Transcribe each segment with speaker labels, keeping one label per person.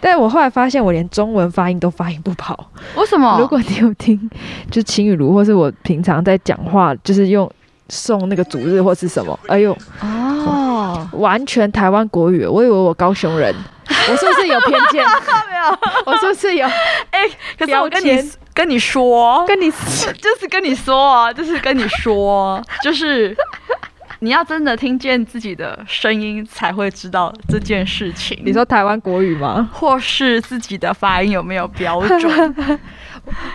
Speaker 1: 但我后来发现，我连中文发音都发音不好。
Speaker 2: 为什么？
Speaker 1: 如果你有听，就秦雨茹，或是我平常在讲话，就是用送那个主日或是什么，哎呦，
Speaker 2: 哦，
Speaker 1: 完全台湾国语，我以为我高雄人，我是不是有偏见？
Speaker 2: 没有。
Speaker 1: 我是不是有
Speaker 2: 可是
Speaker 1: 标
Speaker 2: 我跟你
Speaker 1: 签
Speaker 2: 跟你说，
Speaker 1: 跟你
Speaker 2: 就是跟你说啊，就是跟你说， 就是你要真的听见自己的声音，才会知道这件事情。
Speaker 1: 你说台湾国语吗？？
Speaker 2: 或是自己的发音有没有标准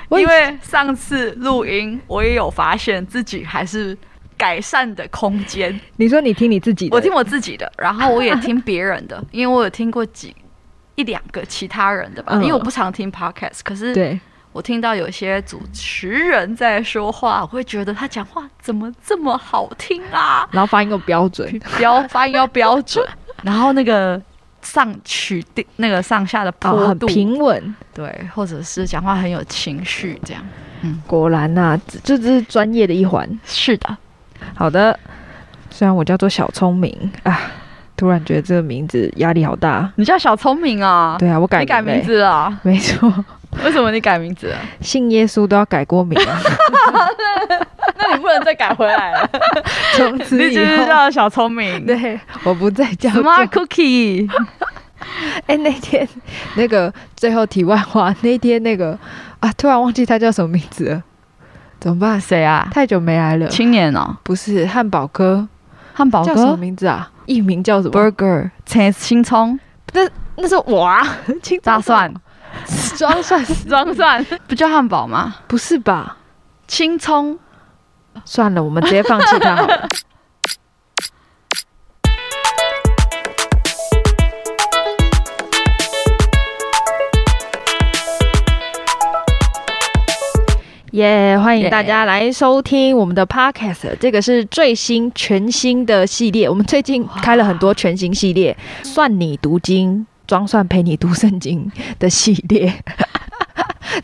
Speaker 1: 我以
Speaker 2: 因为上次录音，我也有发现自己还是改善的空间。
Speaker 1: 你说你听你自己的，
Speaker 2: 我听我自己的，然后我也听别人的，因为我有听过几一两个其他人的吧，
Speaker 1: 嗯
Speaker 2: 因为我不常听 podcast，可是
Speaker 1: 对，
Speaker 2: 我听到有些主持人在说话，我会觉得他讲话怎么这么好听啊？
Speaker 1: 然后发音又标准，
Speaker 2: 标发音要标 准，然后那个上曲定那个上下的
Speaker 1: 哦，
Speaker 2: 坡
Speaker 1: 很
Speaker 2: 度、
Speaker 1: 平稳。
Speaker 2: 对，或者是讲话很有情绪，这样。
Speaker 1: 果然呐、这这只是专业的一环。
Speaker 2: 是的，
Speaker 1: 好的，虽然我叫做小聪明啊，突然觉得这个名字压力好大。
Speaker 2: 你叫小聪明啊，
Speaker 1: 对啊，我改
Speaker 2: 你改
Speaker 1: 了
Speaker 2: 名，字啊？
Speaker 1: 没错，
Speaker 2: 为什么你改名字啊了？
Speaker 1: 信耶稣都要改过名啊，
Speaker 2: 那你不能再改回来了，
Speaker 1: 从此
Speaker 2: 你只
Speaker 1: 以
Speaker 2: 是
Speaker 1: 后，
Speaker 2: 叫小聪 明。
Speaker 1: 对，我不再叫做。
Speaker 2: Smart Cookie，
Speaker 1: 哎、那天那个最后题外话， 那天那个啊，突然忘记他叫什么名字了，怎么办？
Speaker 2: 谁啊？
Speaker 1: 太久没来了。
Speaker 2: 青年哦，
Speaker 1: 不是汉堡哥，
Speaker 2: 汉堡
Speaker 1: 叫什么
Speaker 2: 哥
Speaker 1: 名字啊？艺名叫什么？
Speaker 2: ，Burger，青青葱，
Speaker 1: 那是我啊， 青
Speaker 2: 大蒜，
Speaker 1: 装蒜，
Speaker 2: 装蒜，不叫汉堡吗？
Speaker 1: 不是吧？
Speaker 2: 青葱，
Speaker 1: 算了，我们直接放弃他好了。耶欢迎大家来收听我们的 podcast，这个是最新全新的系列。我们最近开了很多全新系列，算你读经，装蒜陪你读圣经的系列。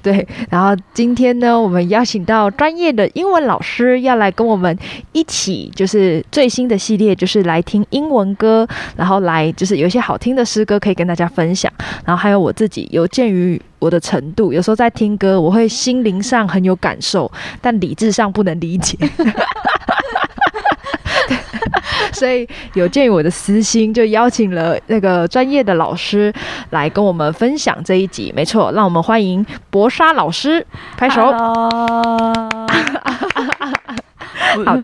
Speaker 1: 对，然后今天呢，我们邀请到专业的英文老师要来跟我们一起，就是最新的系列，就是来听英文歌，然后来就是有一些好听的诗歌可以跟大家分享。然后还有我自己，有鉴于我的程度，有时候在听歌，我会心灵上很有感受，但理智上不能理解。 所以有鉴于我的私心，就邀请了那个专业的老师来跟我们分享这一集。没错，让我们欢迎博沙老师，拍手。
Speaker 2: 好，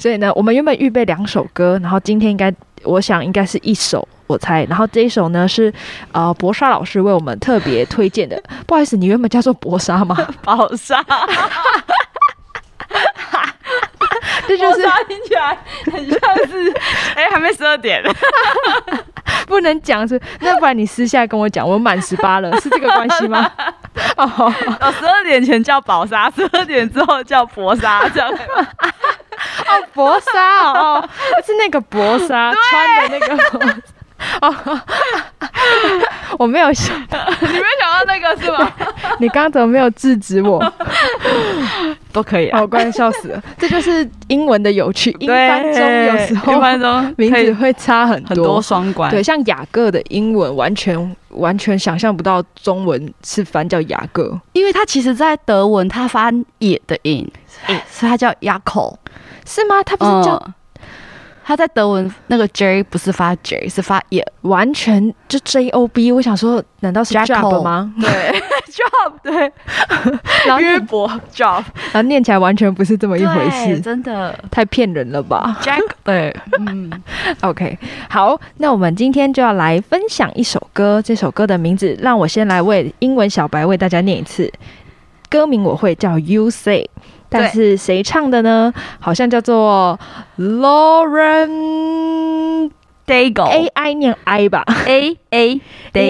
Speaker 1: 所以呢，我们原本预备两首歌，然后今天应该，我想应该是一首，我猜。然后这一首呢是呃博沙老师为我们特别推荐的。不好意思，你原本叫做博沙吗？
Speaker 2: 宝沙，
Speaker 1: 这就
Speaker 2: 宝
Speaker 1: 是
Speaker 2: 沙听起来很像是，哎，还没十二点。
Speaker 1: 不能讲是，那不然你私下跟我讲，我满十八了，是这个关系吗？哦，
Speaker 2: 哦，十二点前叫宝沙，十二点之后叫佛沙，这样。
Speaker 1: 薄纱哦，哦是那个薄纱穿的那个薄纱。哦，我没有笑，
Speaker 2: 你没有想到那个是吗？
Speaker 1: 你刚刚怎么没有制止我？
Speaker 2: 都可以
Speaker 1: 哦，我快笑死了，这就是英文的有趣，英翻中有时候
Speaker 2: 英翻中
Speaker 1: 名
Speaker 2: 可
Speaker 1: 字
Speaker 2: 以
Speaker 1: 会差很
Speaker 2: 很
Speaker 1: 多
Speaker 2: 多。双关，
Speaker 1: 对，，像雅各的英文完全完全想象不到中文是翻叫雅各，
Speaker 2: 因为它其实在德文它发野的音，所以它叫 Yako，
Speaker 1: 是吗？他不是叫
Speaker 2: 嗯，它在德文那个 J 不是发 J，是发野，
Speaker 1: 完全就 J O B，我想说，难道是
Speaker 2: Jackal
Speaker 1: job 吗？
Speaker 2: 对 ，job 对，
Speaker 1: 然后
Speaker 2: 约
Speaker 1: 念
Speaker 2: 伯 job
Speaker 1: 然后啊念起来完全不是这么一回事，
Speaker 2: 真的
Speaker 1: 太骗人了吧
Speaker 2: Jack 对，嗯，
Speaker 1: ？OK，好，那我们今天就要来分享一首歌，这首歌的名字让我先来为英文小白为大家念一次，歌名我会叫 You Say。但是谁唱的呢？好像叫做 Lauren
Speaker 2: Dago
Speaker 1: AI 念 I 吧
Speaker 2: A
Speaker 1: ，AI
Speaker 2: A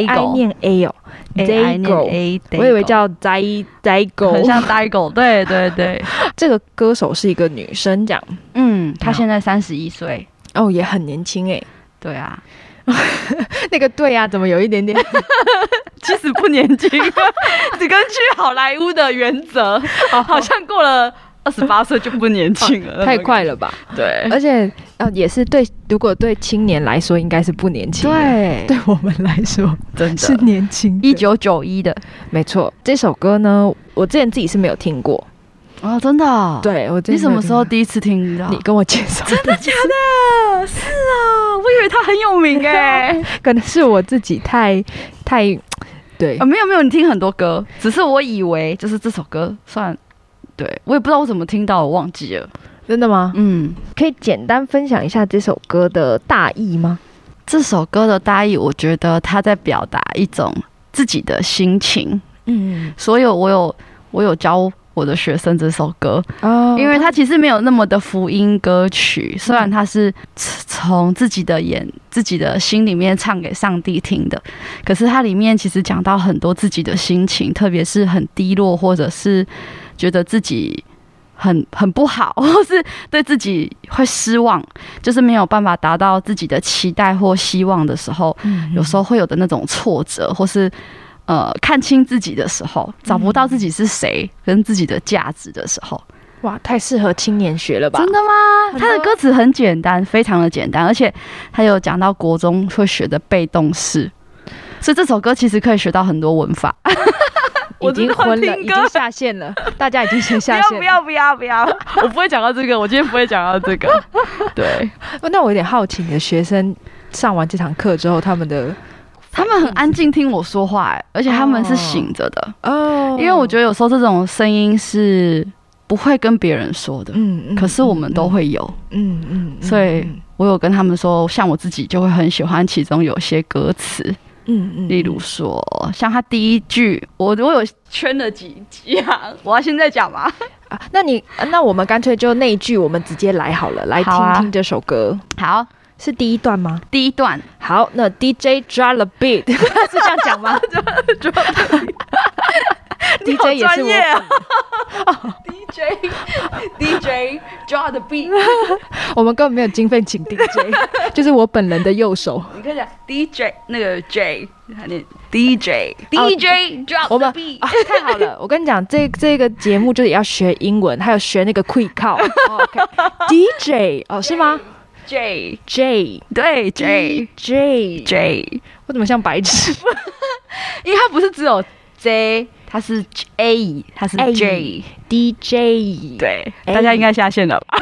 Speaker 2: Dago
Speaker 1: 念 A 哦
Speaker 2: AI 念
Speaker 1: Dago，
Speaker 2: A，
Speaker 1: 我以为
Speaker 2: Dago
Speaker 1: 叫 Dai Daigo，
Speaker 2: 很像 Dago，对对对，
Speaker 1: 这个歌手是一个女生，这样
Speaker 2: 嗯，他
Speaker 1: 好
Speaker 2: 现在三十一岁，
Speaker 1: 哦，也很年轻哎。
Speaker 2: 对啊，
Speaker 1: 那个对啊，怎么有一点点？
Speaker 2: 其啊 哦实不年轻，只根据好莱坞的原则，好像过了二十八岁就不年轻哦 了，
Speaker 1: 太快了吧？
Speaker 2: 对
Speaker 1: 而且呃，也是对，如果对青年来说，应该是不年轻的。
Speaker 2: 对，
Speaker 1: 对我们来说
Speaker 2: 真
Speaker 1: 是
Speaker 2: 的
Speaker 1: 年轻的。
Speaker 2: 一九九一的
Speaker 1: 没错，这首歌呢，我之前自己是没有听过。
Speaker 2: 哦，真的哦，
Speaker 1: 对我之前
Speaker 2: 你什么时候
Speaker 1: 没有听
Speaker 2: 第一次听到？
Speaker 1: 过？你跟我介绍的，
Speaker 2: 真的假的？ 是啊，我以为他很有名哎、
Speaker 1: 可能是我自己太太对
Speaker 2: 啊，
Speaker 1: 嗯
Speaker 2: 没有没有，你听很多歌，只是我以为就是这首歌算，对我也不知道我怎么听到，我忘记了。
Speaker 1: 真的吗？
Speaker 2: 嗯，
Speaker 1: 可以简单分享一下这首歌的大意吗？
Speaker 2: 这首歌的大意，我觉得他在表达一种自己的心情。
Speaker 1: 嗯
Speaker 2: 所有我有我有教我的学生这首歌，
Speaker 1: 哦
Speaker 2: 因为它其实没有那么的福音歌曲，虽然它是从自己的眼、自己的心里面唱给上帝听的，可是它里面其实讲到很多自己的心情，特别是很低落，或者是觉得自己很很不好，或是对自己会失望，就是没有办法达到自己的期待或希望的时候，
Speaker 1: 嗯
Speaker 2: 有时候会有的那种挫折，或是。呃，看清自己的时候，找不到自己是谁跟自己的价值的时候，
Speaker 1: 哇，太适合青年学了吧？
Speaker 2: 真的吗？
Speaker 1: 很多
Speaker 2: 他的歌词很简单，非常的简单，而且他有讲到国中会学的被动式，所以这首歌其实可以学到很多文法。
Speaker 1: 已经昏
Speaker 2: 我真的
Speaker 1: 了，
Speaker 2: 会
Speaker 1: 已
Speaker 2: 听歌
Speaker 1: 经下线了，大家已经先下线了。
Speaker 2: 不要不要！ 我不会讲到这个，我今天不会讲到这 个。对
Speaker 1: 哦那我有点好奇，你的学生上完这堂课之后，他们的
Speaker 2: 他们很安静听我说话、哎而且他们是醒着的，
Speaker 1: 哦
Speaker 2: 因为我
Speaker 1: 得，
Speaker 2: 觉得有时候这种声音是不会跟别人说的，
Speaker 1: 嗯
Speaker 2: 可是我们都，会有。
Speaker 1: 嗯嗯，嗯
Speaker 2: 所以我有跟他们说，像我自己就会很喜欢其中有些歌词，
Speaker 1: 嗯嗯
Speaker 2: 例如说，像他第一句，我我有圈了几几行，我要现在讲吗？
Speaker 1: 啊，那你啊那我们干脆就那一句，我们直接来好了，来听
Speaker 2: 好啊
Speaker 1: 听这首歌，
Speaker 2: 好，
Speaker 1: 是第一段吗？
Speaker 2: 第一 段，
Speaker 1: 好，那 DJ drop the beat 是这样讲 吗？DJ 也是我
Speaker 2: 啊，DJ DJ draw the beat，
Speaker 1: 我们根本没有经费请 DJ，就是我本人的右手。
Speaker 2: 你可以讲 DJ 那个 J，还念 DJ DJ draw
Speaker 1: 我
Speaker 2: the
Speaker 1: 们
Speaker 2: beat，
Speaker 1: 啊，太好 了！我跟你讲，这这个节目就是也要学英文，还有学那个 quick call、OK，DJ 哦，是吗
Speaker 2: J E
Speaker 1: ？J
Speaker 2: 对 J
Speaker 1: J J，
Speaker 2: J，
Speaker 1: 我怎么像白 痴？
Speaker 2: 因为它不是只有 J，它是 A，它是
Speaker 1: A
Speaker 2: J，
Speaker 1: DJ
Speaker 2: 对，
Speaker 1: A
Speaker 2: 大家应该下线了吧？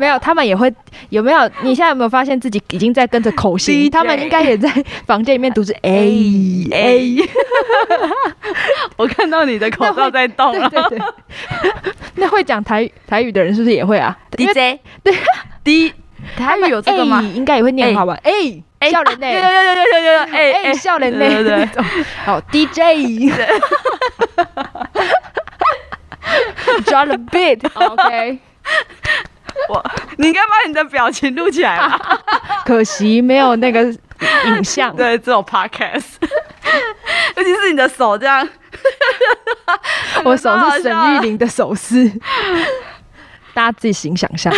Speaker 1: 没有，他们也会有没有？你现在有没有发现自己已经在跟着口型？
Speaker 2: DJ
Speaker 1: 他们应该也在房间里面读着 A
Speaker 2: A，我看到你的口罩哦在动
Speaker 1: 对
Speaker 2: 了。
Speaker 1: 对对， 那会讲台语台语的人是不是也会啊因为
Speaker 2: DJ 对 D，台语有这个吗啊
Speaker 1: 哎？应该也会念好吧？哎，笑人呢？
Speaker 2: 有有有有有有哎
Speaker 1: 哎，笑人呢？
Speaker 2: 对对
Speaker 1: 那
Speaker 2: 对，
Speaker 1: 种 好，DJ。Draw the beat，OK。
Speaker 2: 我你应该把你的表情录起来吧？
Speaker 1: 可惜没有那个影像。
Speaker 2: 对，这种 podcast，尤其是你的手这样，
Speaker 1: 我手
Speaker 2: 蛮好
Speaker 1: 是
Speaker 2: 笑的
Speaker 1: 沈玉玲的手势，大家自行想象。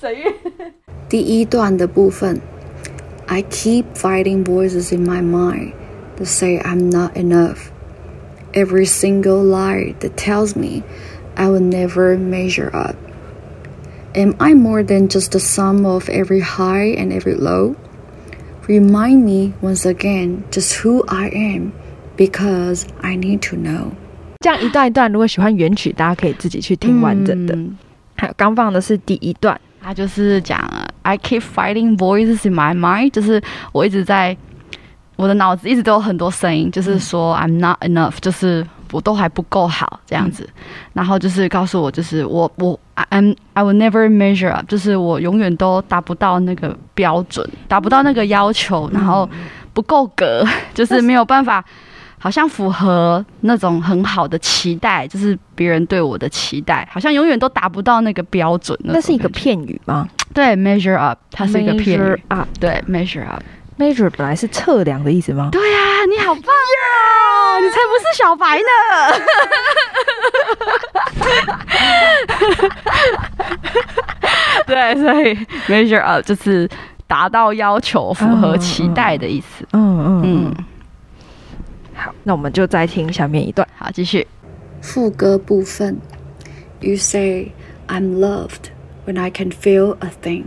Speaker 2: 沈玉
Speaker 3: 第一段的部分，I keep fighting voices in my mind that say I'm not enough. Every single lie that tells me I will never measure up. Am I more than just the sum of every high and every low? Remind me once again just who I am because I need to know.
Speaker 1: 这样一段一段，如果喜欢原曲，大家可以自己去听完整的。
Speaker 2: 嗯
Speaker 1: 还有刚放的是第一段，
Speaker 2: 他就是讲呃 I keep fighting voices in my mind，就是我一直在我的脑子一直都有很多声音，
Speaker 1: 嗯
Speaker 2: 就是说 I'm not enough，就是我都还不够好这样子。
Speaker 1: 嗯
Speaker 2: 然后就是告诉我，就是我我 I- I'm I will never measure up，就是我永远都达不到那个标准，达不到那个要求，
Speaker 1: 嗯
Speaker 2: 然后不够格， 就是没有办法。好像符合那种很好的期待，就是别人对我的期待，好像永远都达不到那个标准种
Speaker 1: 那
Speaker 2: 感觉。
Speaker 1: 是一个片语吗？
Speaker 2: 对，measure up，它是一个片
Speaker 1: Measure
Speaker 2: 语。
Speaker 1: up
Speaker 2: 对，measure up。
Speaker 1: measure 本来是测量的意思吗？
Speaker 2: 对啊，你好棒啊！你才不是小白呢。 对，所以 measure up 就是达到要求、符合期待的意思。
Speaker 1: 嗯嗯
Speaker 2: 嗯
Speaker 1: 嗯。，好，那我们就再听下面一段。
Speaker 2: 好，继续。
Speaker 3: 副歌部分 You say, I'm loved when I can feel a thing.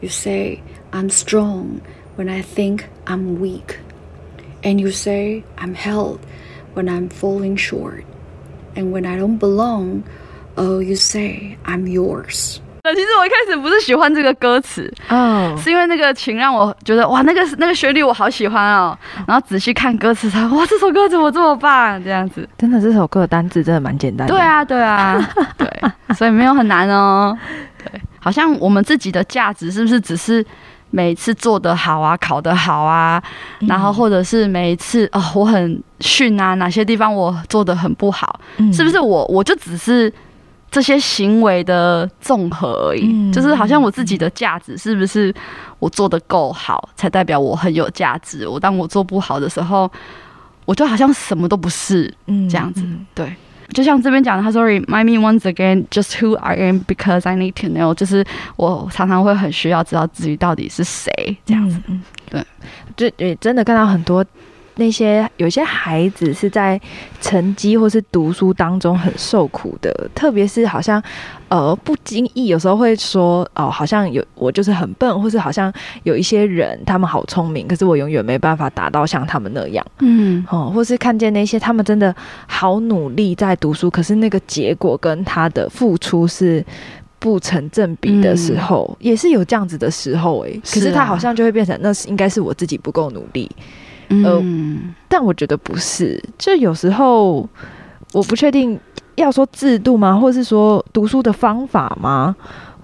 Speaker 3: You say, I'm strong when I think I'm weak. And you say, I'm held when I'm falling short. And when I don't belong, oh, you say, I'm yours.
Speaker 2: 那呃其实我一开始不是喜欢这个歌词，
Speaker 1: 哦，
Speaker 2: 是因为那个琴让我觉得哇，那个那个旋律我好喜欢哦。然后仔细看歌词才哇，这首歌怎么这么棒？啊这样子。
Speaker 1: 真的这首歌的单字真的蛮简单的。
Speaker 2: 对，啊，对啊， 对，所以没有很难哦。对，好像我们自己的价值是不是只是每次做得好啊，考得好啊，
Speaker 1: 嗯
Speaker 2: 然后或者是每一次哦，我很逊啊，哪些地方我做得很不好，
Speaker 1: 嗯
Speaker 2: 是不？是我我就只是这些行为的综合而已？
Speaker 1: 嗯
Speaker 2: 就是好像我自己的价值是不是我做得够好，才代表我很有价值？我当我做不好的时候，我就好像什么都不是。
Speaker 1: 嗯
Speaker 2: 这样子
Speaker 1: 嗯
Speaker 2: 对，就像这边讲的，他说 “remind me once again just who I am because I need to know”，就是我常常会很需要知道自己到底是谁这样子。，
Speaker 1: 嗯，
Speaker 2: 对
Speaker 1: 嗯就也真的看到很多那些有些孩子是在成绩或是读书当中很受苦的，特别是好像呃不经意有时候会说哦、好像有我就是很笨，或是好像有一些人他们好聪明，可是我永远没办法达到像他们那样
Speaker 2: 嗯
Speaker 1: 哦，或是看见那些他们真的好努力在读书，可是那个结果跟他的付出是。不成正比的时候，也是有这样子的时候诶、可嗯是
Speaker 2: 是啊
Speaker 1: 他好像就会变成，那是应该是我自己不够努力，
Speaker 2: 嗯，
Speaker 1: 但我觉得不是，就有时候我不确定要说制度吗，或是说读书的方法吗，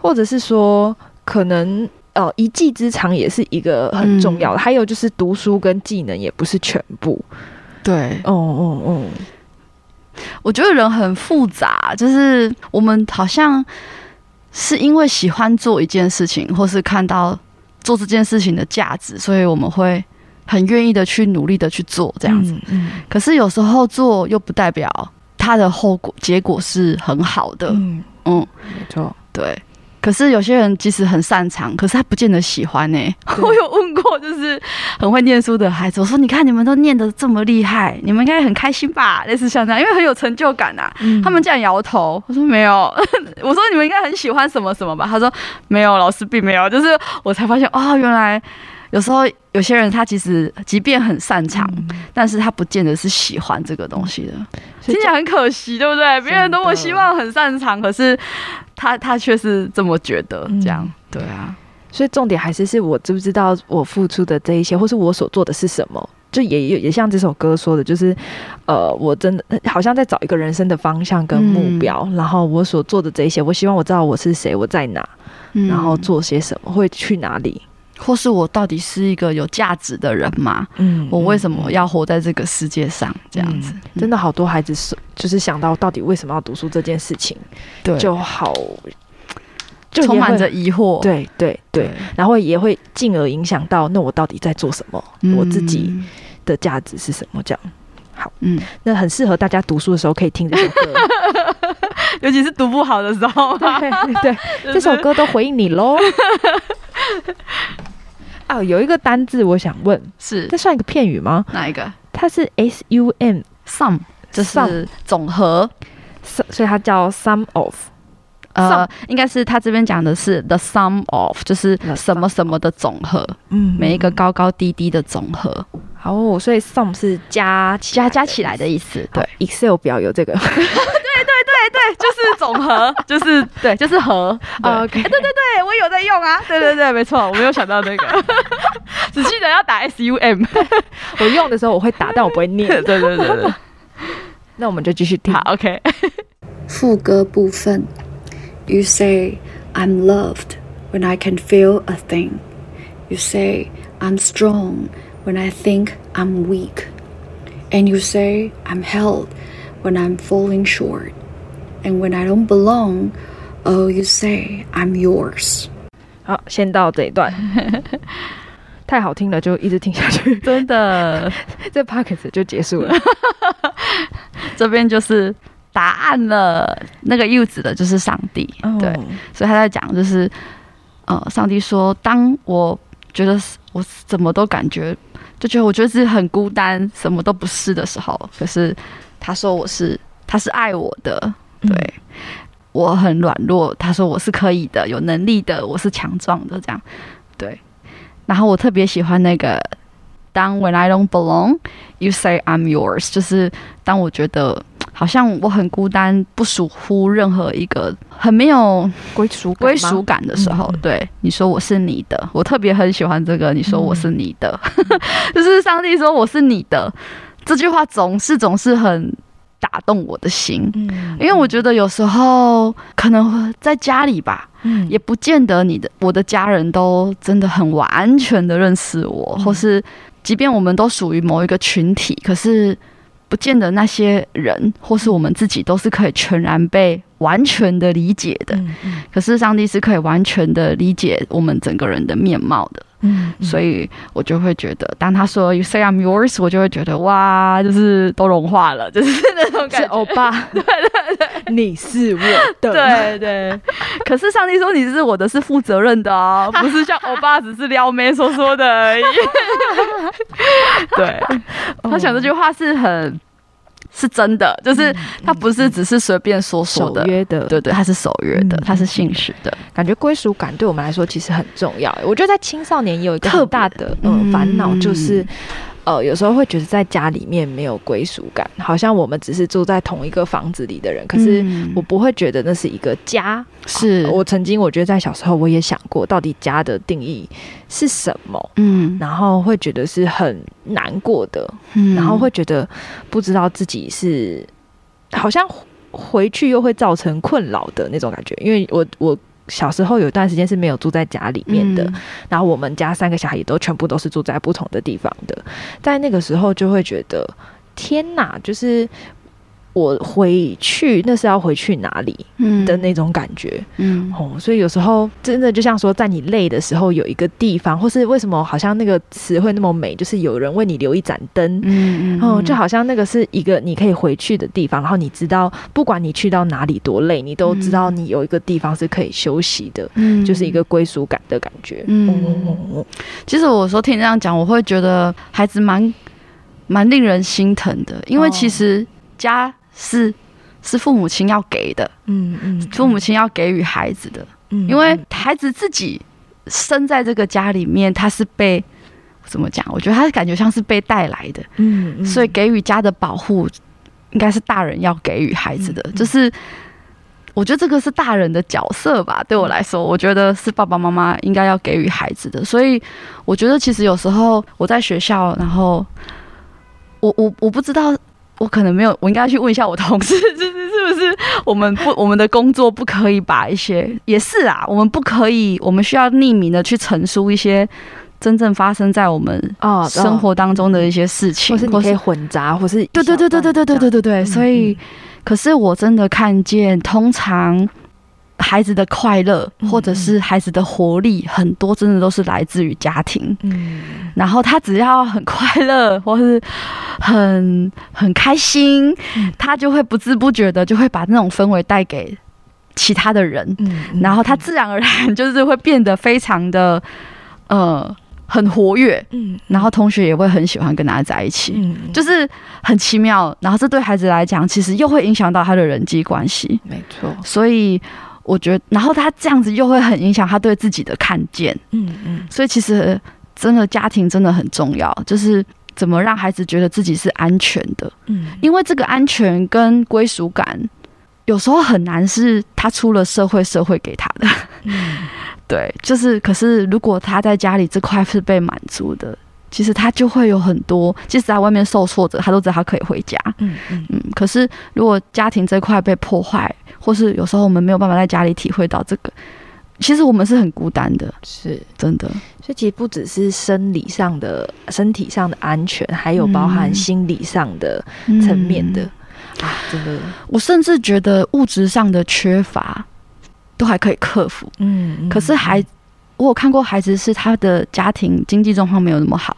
Speaker 1: 或者是说可能呃一技之长也是一个很重要的，还有就是读书跟技能也不是全部。
Speaker 2: 对，
Speaker 1: 哦哦哦，
Speaker 2: 我觉得人很复杂，就是我们好像是因为喜欢做一件事情，或是看到做这件事情的价值，所以我们会很愿意的去努力的去做这
Speaker 1: 这
Speaker 2: 样
Speaker 1: 样
Speaker 2: 子。
Speaker 1: 子，嗯
Speaker 2: 可是有时候做又不代表它的后果结果是很好的。
Speaker 1: 嗯，
Speaker 2: 嗯，
Speaker 1: 没错。
Speaker 2: 对。可是有些人即使很擅长，可是他不见得喜欢呢、 我有问过，就是很会念书的孩子，我说：“你看你们都念得这么厉害，你们应该很开心吧？”类似像这样，因为很有成就感啊。他们竟然摇头，我说：“没有。” 我说：“你们应该很喜欢什么什么吧？”他说：“没有，老师并没有。”就是我才发现，哦，原来有时候有些人他其实即便很擅长，但是他不见得是喜欢这个东西的。
Speaker 1: 所
Speaker 2: 听
Speaker 1: 以
Speaker 2: 起
Speaker 1: 这
Speaker 2: 来很可惜，对不对？别人多么希望很擅长，可是他他却是这么觉得，
Speaker 1: 嗯
Speaker 2: 这样、对啊，
Speaker 1: 所以重点还是是我知不知道我付出的这一些，或是我所做的是什么。就也也也像这首歌说的，就是，呃，我真的好像在找一个人生的方向跟
Speaker 2: 嗯
Speaker 1: 目标，然后我所做的这一些，我希望我知道我是谁，我在哪，然
Speaker 2: 嗯
Speaker 1: 后做些什么，会去哪里。
Speaker 2: 或是我到底是一个有价值的人吗？
Speaker 1: 嗯
Speaker 2: 我为什么要活在这个世界上？这样子，嗯
Speaker 1: 真的好多孩子是就是想到到底为什么要读书这件事情，
Speaker 2: 对，
Speaker 1: 就好，就也
Speaker 2: 充满
Speaker 1: 会
Speaker 2: 着疑惑，
Speaker 1: 对对对，然后也会进而影响到那我到底在做什么，
Speaker 2: 嗯
Speaker 1: 我自己的价值是什么这样。
Speaker 2: 嗯，嗯，
Speaker 1: 那很适合大家读书的时候可以听这首 歌。
Speaker 2: 尤其是读不好的时候嘛，
Speaker 1: 对对，这首歌都回应你喽。 哦，有一个单字我想问，
Speaker 2: 是
Speaker 1: 这算一个片语吗？
Speaker 2: 哪一个
Speaker 1: 它是 S U M，
Speaker 2: ？Some 就是
Speaker 1: Sum
Speaker 2: 总和，
Speaker 1: 所以它叫 sum of。
Speaker 2: 呃
Speaker 1: Sum，
Speaker 2: 应该是他这边讲的是 the sum of，就是
Speaker 1: The
Speaker 2: 什么什么的总和，
Speaker 1: 嗯
Speaker 2: 每一个高高低低的总和，
Speaker 1: 哦，所以 sum 是加起
Speaker 2: 加加起来的意思，对，
Speaker 1: 好，Excel 表有这 个。
Speaker 2: 就是总和，就是对，就是和。对，
Speaker 1: OK，对对
Speaker 2: 对我有在用啊， 对对对，没错，我没有想到这个， 只记得要打 S U M。
Speaker 1: 我用的时候我会打，但我不会
Speaker 2: 对
Speaker 1: 念。
Speaker 2: 对对对，
Speaker 1: 那我们就继续听
Speaker 2: 好。，OK，
Speaker 3: 副歌部分. You say, I'm loved when I can feel a thing. You say, I'm strong when I think I'm weak. And you say, I'm held when I'm falling short. And when I don't belong, oh, you say, I'm yours.
Speaker 1: 好，先到这一 段。太好听了，就一直听下 去，
Speaker 2: 真的，
Speaker 1: 这 p o c k e t 就结束了。
Speaker 2: 这边就是答案了。那个 U 指的就是上帝，对，所以他在讲就是，呃，上帝说，当我觉得是我怎么都感觉，就觉得我觉得自己很孤单，什么都不
Speaker 1: 嗯
Speaker 2: 是的时候，可是他说我是，他是爱我的，对。我很软弱，他说我是可以的，有能力的，我是强壮的，这样对。然后我特别喜欢那个当 When I don't belong, you say I'm yours，就是当我觉得好像我很孤单，不属乎任何一个，很没有
Speaker 1: 归属感
Speaker 2: 嗯归
Speaker 1: 吗
Speaker 2: 属感的时候，
Speaker 1: 嗯
Speaker 2: 对你说我是你的，我特别很喜欢这个。你说我是
Speaker 1: 嗯
Speaker 2: 你的， 就是上帝说我是你的这句话，总是总是很打动我的心。
Speaker 1: 嗯
Speaker 2: 因为我觉得有时候可能在家里吧，
Speaker 1: 嗯
Speaker 2: 也不见得你的我的家人都真的很完全的认识我，
Speaker 1: 嗯
Speaker 2: 或是即便我们都属于某一个群体，可是不见得那些人或是我们自己都是可以全然被完全的理解的。
Speaker 1: 嗯嗯
Speaker 2: 可是上帝是可以完全的理解我们整个人的面貌的，
Speaker 1: 嗯嗯
Speaker 2: 所以我就会觉得，当他说 “You say I'm yours”，我就会觉得哇，就是都融化了，就是那种感
Speaker 1: 是哦
Speaker 2: 觉。
Speaker 1: 欧巴，对对对，你是我的，
Speaker 2: 对对，可是上帝说你是我的，是负责任的哦，不是像欧巴只是撩妹说说的 而已。对，他讲这句话是很是真的，就是他不是只是随便说说
Speaker 1: 守
Speaker 2: 嗯的，
Speaker 1: 约的，
Speaker 2: 对对，他是守约的
Speaker 1: 嗯，
Speaker 2: 他是信使的，
Speaker 1: 感觉归属感对我们来说其实很重要。我觉得在青少年也有一个
Speaker 2: 特
Speaker 1: 很
Speaker 2: 别
Speaker 1: 大的
Speaker 2: 嗯
Speaker 1: 嗯烦恼，就是呃有时候会觉得在家里面没有归属感，好像我们只是住在同一个房子里的人，可是
Speaker 2: 嗯啊
Speaker 1: 我不会觉得那是一个家。
Speaker 2: 是
Speaker 1: 我曾经我觉得在小时候我也想过，到底家的定义是什么，
Speaker 2: 嗯
Speaker 1: 然后会觉得是很难过的，
Speaker 2: 嗯
Speaker 1: 然后会觉得不知道自己是好像回回去又会造成困扰的那种感觉，因为我我。小时候有一段时间是没有住在家里面
Speaker 2: 嗯
Speaker 1: 的，然后我们家三个小孩也都全部都是住在不同的地方的，在那个时候就会觉得天哪，就是我回去那是要回去哪里
Speaker 2: 嗯
Speaker 1: 的那种感觉，
Speaker 2: 嗯
Speaker 1: 哦，所以有时候真的就像说，在你累的时候有一个地方，或是为什么好像那个词汇那么美，就是有人为你留一盏灯。
Speaker 2: 嗯
Speaker 1: 哦，就好像那个是一个你可以回去的地方，然后你知道，不管你去到哪里多累，你都知道你有一个地方是可以休息的，
Speaker 2: 嗯
Speaker 1: 就是一个归属感的感觉。
Speaker 2: 嗯
Speaker 1: 嗯
Speaker 2: 其实我说听你这样讲，我会觉得孩子蛮蛮令人心疼的，因为
Speaker 1: 哦
Speaker 2: 其实家是是父母亲要给的，
Speaker 1: 嗯嗯
Speaker 2: 父母亲要给予孩子的，
Speaker 1: 嗯
Speaker 2: 因为孩子自己生在这个家里面，他是被怎么讲？我觉得他感觉像是被带来的，
Speaker 1: 嗯
Speaker 2: 所以给予家的保护，应该是大人要给予孩子的，
Speaker 1: 嗯嗯
Speaker 2: 就是。我觉得这个是大人的角色吧，对我来说，我觉得是爸爸妈妈应该要给予孩子的。所以，我觉得其实有时候我在学校，然后我我我不知道，我可能没有，我应该去问一下我同事，就是是不是我们不我们的工作不可以把一些也是啊，我们不可以，我们需要匿名的去陈述一些真正发生在我们啊
Speaker 1: 哦
Speaker 2: 生，活当中的一些事情，
Speaker 1: 或是你可以混杂，或是
Speaker 2: 对对对对对对对对对对，所以，可是我真的看见，通常孩子的快乐
Speaker 1: 嗯
Speaker 2: 或者是孩子的活力，很多真的都是来自于家庭。
Speaker 1: 嗯
Speaker 2: 然后他只要很快乐， 或是很很开心
Speaker 1: 嗯，
Speaker 2: 他就会不知不觉的就会把那种氛围带给其他的人。
Speaker 1: 嗯
Speaker 2: 然后他自然而然就是会变得非常的，呃，很活跃，
Speaker 1: 嗯
Speaker 2: 然后同学也会很喜欢跟他在一起，
Speaker 1: 嗯
Speaker 2: 就是很奇妙。然后这对孩子来讲，其实又会影响到他的人际关系，
Speaker 1: 没错，
Speaker 2: 所以我觉得，然后他这样子又会很影响他对自己的看见，
Speaker 1: 嗯嗯
Speaker 2: 所以其实真的家庭真的很重要，就是。怎么让孩子觉得自己是安全的？
Speaker 1: 嗯，
Speaker 2: 因为这个安全跟归属感，有时候很难是他出了社会，社会给他的。 对，就是，可是如果他在家里这块是被满足的，其实他就会有很多，即使在外面受挫折，他都知道他可以回家。
Speaker 1: 嗯嗯
Speaker 2: 嗯，可是如果家庭这块被破坏，或是有时候我们没有办法在家里体会到这个，其实我们是很孤单的，
Speaker 1: 是。
Speaker 2: 真的。
Speaker 1: 所以其实不只是生理上的、身体上的安全，还有包含
Speaker 2: 嗯
Speaker 1: 心理上的层面的、
Speaker 2: 嗯
Speaker 1: 啊，真的，
Speaker 2: 我甚至觉得物质上的缺乏都还可以克服，
Speaker 1: 嗯
Speaker 2: 可是孩，我有看过孩子是他的家庭经济状况没有那么好，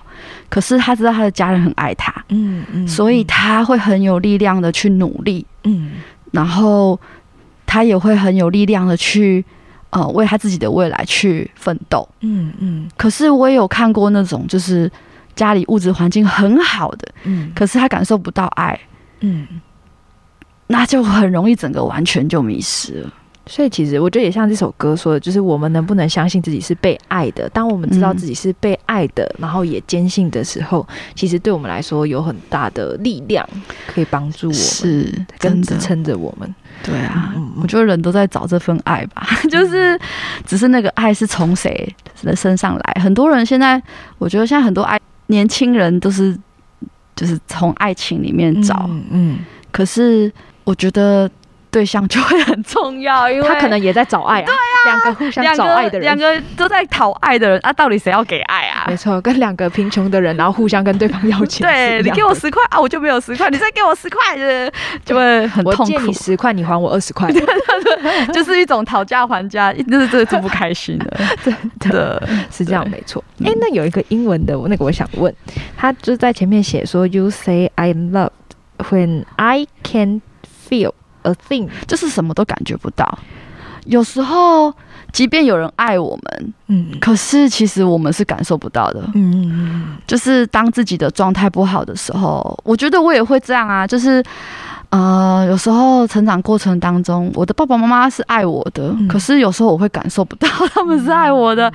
Speaker 2: 可是他知道他的家人很爱他，
Speaker 1: 嗯嗯
Speaker 2: 所以，他会很有力量的去努力，
Speaker 1: 嗯
Speaker 2: 然后他也会很有力量的去呃为他自己的未来去奋斗。
Speaker 1: 嗯嗯
Speaker 2: 可是我也有看过那种就是家里物质环境很好的，
Speaker 1: 嗯
Speaker 2: 可是他感受不到爱，
Speaker 1: 嗯，
Speaker 2: 那就很容易整个完全就迷失了。
Speaker 1: 所以其实我觉得也像这首歌说的，就是我们能不能相信自己是被爱的？当我们知道自己是被爱的，然后也坚信的时候，其实对我们来说有很大的力量，可以帮助我们，
Speaker 2: 是真
Speaker 1: 跟
Speaker 2: 的
Speaker 1: 支，撑着我们。
Speaker 2: 对啊，
Speaker 1: 嗯
Speaker 2: 我觉得人都在找这份爱吧， 就是只是那个爱是从谁的身上来。很多人现在，我觉得现在很多爱年轻人都是就是从爱情里面找，
Speaker 1: 嗯嗯，
Speaker 2: 可是我觉得对象就会很重要，因为
Speaker 1: 他可能也在找爱啊，对啊，两个互相
Speaker 2: 两
Speaker 1: 找爱的
Speaker 2: 个
Speaker 1: 人
Speaker 2: 两。个都在讨爱的人啊，到底谁要给爱啊？
Speaker 1: 没错，跟两个贫穷的人，然后互相跟对方要钱。
Speaker 2: 对你给我，十块啊，我就没有十块，你再给我十块，就是就会很
Speaker 1: 我
Speaker 2: 痛
Speaker 1: 借
Speaker 2: 苦
Speaker 1: 你，十块，你还我二十块。
Speaker 2: 就是一种讨价还价，就是这这不开 心的，真的
Speaker 1: 是这样，没错。哎、
Speaker 2: 嗯
Speaker 1: 那有一个英文的，我那个我想问，他就在前面写说，You say I loved when I can feel a thing。
Speaker 2: 就是什么都感觉不到。有时候，即便有人爱我们，
Speaker 1: 嗯
Speaker 2: 可是其实我们是感受不到的。
Speaker 1: 嗯嗯
Speaker 2: 就是当自己的状态不好的时候，我觉得我也会这样啊，就是。呃，有时候成长过程当中，我的爸爸妈妈是爱我的，
Speaker 1: 嗯
Speaker 2: 可是有时候我会感受不到他们是爱我的，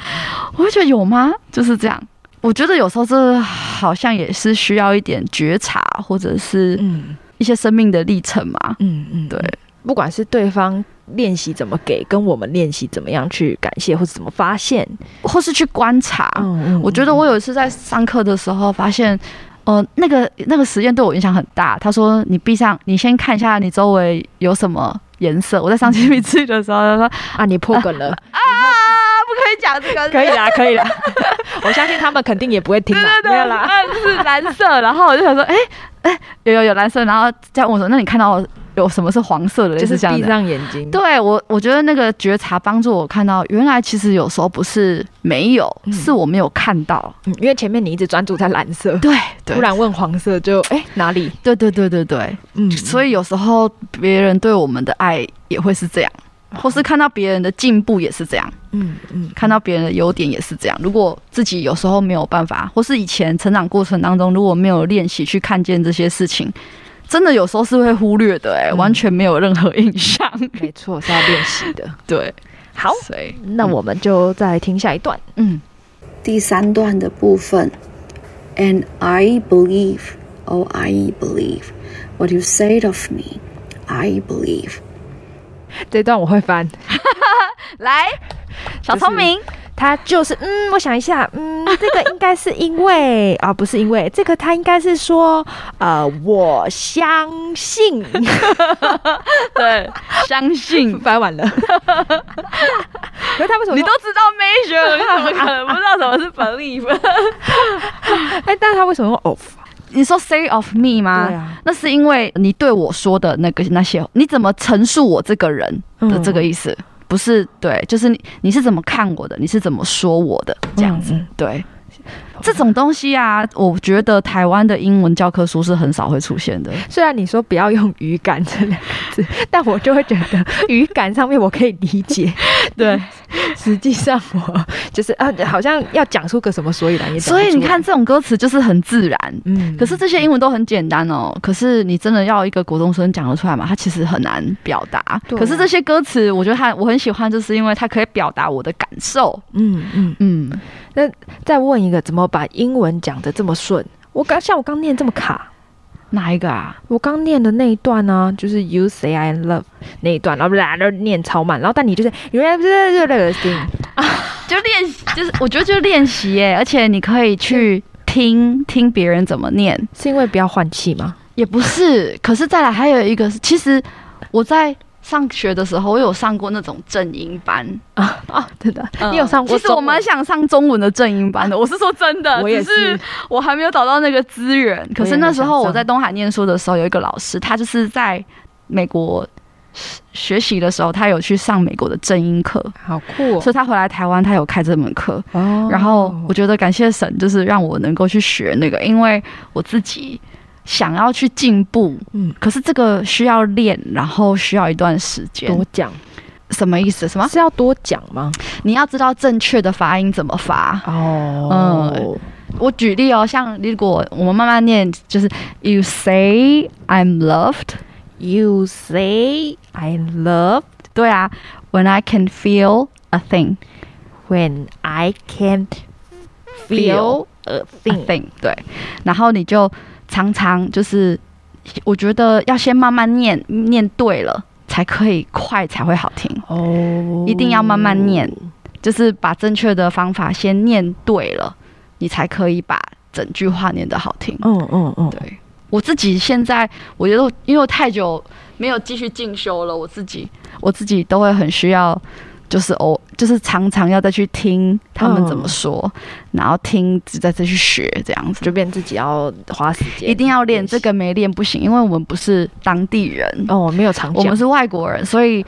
Speaker 2: 我会觉得有吗？就是这样。我觉得有时候这好像也是需要一点觉察，或者是
Speaker 1: 嗯
Speaker 2: 一些生命的历程嘛。
Speaker 1: 嗯嗯，
Speaker 2: 对，
Speaker 1: 不管是对方练习怎么给，跟我们练习怎么样去感谢或者怎么发现。
Speaker 2: 或是去观察。
Speaker 1: 嗯
Speaker 2: 我觉得我有一次在上课的时候发现，呃，那个那个实验对我影响很大。他说：“你闭上，你先看一下你周围有什么颜色。”我在上心理治疗的时候，他说：“
Speaker 1: 啊，你破梗了，
Speaker 2: 啊，不可以讲这个。”
Speaker 1: 可以啦，可以啦。 我相信他们肯定也不会听
Speaker 2: 对
Speaker 1: 啦
Speaker 2: 对，对，
Speaker 1: 没有啦。
Speaker 2: 嗯，是蓝色。然后我就想说，哎、哎、有有有蓝色。然后这样问我说，那你看到有什么是黄色的？类
Speaker 1: 就
Speaker 2: 似
Speaker 1: 是
Speaker 2: 这样
Speaker 1: 闭
Speaker 2: 的。
Speaker 1: 上眼睛，
Speaker 2: 对我，我觉得那个觉察帮助我看到，原来其实有时候不是没有，
Speaker 1: 嗯
Speaker 2: 是我没有看到。
Speaker 1: 嗯因为前面你一直专注在蓝色，
Speaker 2: 对，对
Speaker 1: 突然问黄色就哎、哪里？
Speaker 2: 对对对对对，
Speaker 1: 嗯，
Speaker 2: 所以有时候别人对我们的爱也会是这样，或是看到别人的进步也是这样，
Speaker 1: 嗯嗯，
Speaker 2: 看到别人的优点也是这样。如果自己有时候没有办法，或是以前成长过程当中如果没有练习去看见这些事情，真的有时候是会忽略的、欸，
Speaker 1: 嗯
Speaker 2: 完全没有任何印象。
Speaker 1: 没错，是要练习的。
Speaker 2: 对，
Speaker 1: 好，
Speaker 2: 所以
Speaker 1: 那我们就再来听下一段。
Speaker 2: 嗯，
Speaker 3: 第三段的部分。And I believe, oh, I believe what you said of me. I believe.
Speaker 1: 这段我会 翻，
Speaker 2: 来，小聪明，
Speaker 1: 他就是嗯，我想一下，嗯，这个应该是因为 啊，不是因为这个，他应该是说呃，我相 信
Speaker 2: 对，相信
Speaker 1: 翻完 了。可是他为什么
Speaker 2: 你
Speaker 1: 说
Speaker 2: 都知道 measure，你怎么可能不知道什么是 believe？
Speaker 1: 哎？但是他为什么用 of？
Speaker 2: 你说 say of me 吗？
Speaker 1: 对啊
Speaker 2: 那是因为你对我说的那个那些，你怎么陈述我这个人的
Speaker 1: 嗯
Speaker 2: 这个意思，不是对，就是你你是怎么看我的，你是怎么说我的这样子，
Speaker 1: 嗯嗯
Speaker 2: 对。这种东西啊，我觉得台湾的英文教科书是很少会出现的。
Speaker 1: 虽然你说不要用语感这两个字， 但我就会觉得语感上面我可以理解，
Speaker 2: 对，
Speaker 1: 实际上我就是啊，好像要讲出个什么所以然也讲不出
Speaker 2: 所
Speaker 1: 来。
Speaker 2: 以你看这种歌词就是很自然。
Speaker 1: 嗯
Speaker 2: 可是这些英文都很简单哦，可是你真的要一个国中生讲得出来嘛？他其实很难表达。
Speaker 1: 对啊
Speaker 2: 可是这些歌词，我觉得他我很喜欢，就是因为它可以表达我的感受。
Speaker 1: 嗯嗯，
Speaker 2: 嗯，
Speaker 1: 再问一个，怎么把英文讲的这么顺？我刚像我刚念这么卡，
Speaker 2: 哪一个啊？
Speaker 1: 我刚念的那一段呢、就是 You say I love 那一段，然后啦就念超慢，然后但你就是你来不是就那个 thing，
Speaker 2: 就练习，就是我觉得就是练习耶，而且你可以去听听别人怎么念，
Speaker 1: 是因为不要换气吗？
Speaker 2: 也不是。可是再来还有一个是，其实我在上学的时候，我有上过那种正音班。
Speaker 1: 啊啊，真的，你有上过？
Speaker 2: 嗯其实我蛮，想上中文的正音班的，我是说真的，
Speaker 1: 我也
Speaker 2: 只是
Speaker 1: 是。
Speaker 2: 我还没有找到那个资源。可是那时候我在东海念书的时候，有一个老师，他就是在美国学习的时候，他有去上美国的正音课，
Speaker 1: 好酷哦
Speaker 2: 所以他回来台湾，他有开这门课。
Speaker 1: 哦。
Speaker 2: 然后我觉得感谢神，就是让我能够去学那个，因为我自己想要去进步，
Speaker 1: 嗯
Speaker 2: 嗯，可是这个需要练，然后需要一段时间。
Speaker 1: 多讲
Speaker 2: 什么意思？什么？
Speaker 1: 是要多讲吗？
Speaker 2: 你要知道正确的发音怎么发。
Speaker 1: 啊哦，
Speaker 2: 我举例哦，像如果我们慢慢念，就是 You say I'm loved，
Speaker 1: You say I love，
Speaker 2: 对啊， When I can feel a thing,
Speaker 1: When I can't feel
Speaker 2: Feel
Speaker 1: a
Speaker 2: I
Speaker 1: thing，
Speaker 2: think 对，然后你就常常就是，我觉得要先慢慢念，念对了才可以快才会好听，
Speaker 1: 哦
Speaker 2: 一定要慢慢念，就是把正确的方法先念对了，你才可以把整句话念得好听。
Speaker 1: 嗯嗯嗯，
Speaker 2: 对我自己现在，我觉得因为我太久没有继续进修了，我自己我自己都会很需要，就是偶就是常常要再去听他们怎么说，然后听再再去学这样子，
Speaker 1: 就变自己要花时间，
Speaker 2: 一定要练
Speaker 1: 练习
Speaker 2: 这个没练不行，因为我们不是当地人，
Speaker 1: 哦，我没有常
Speaker 2: 我
Speaker 1: 讲
Speaker 2: 们，是外国人，所以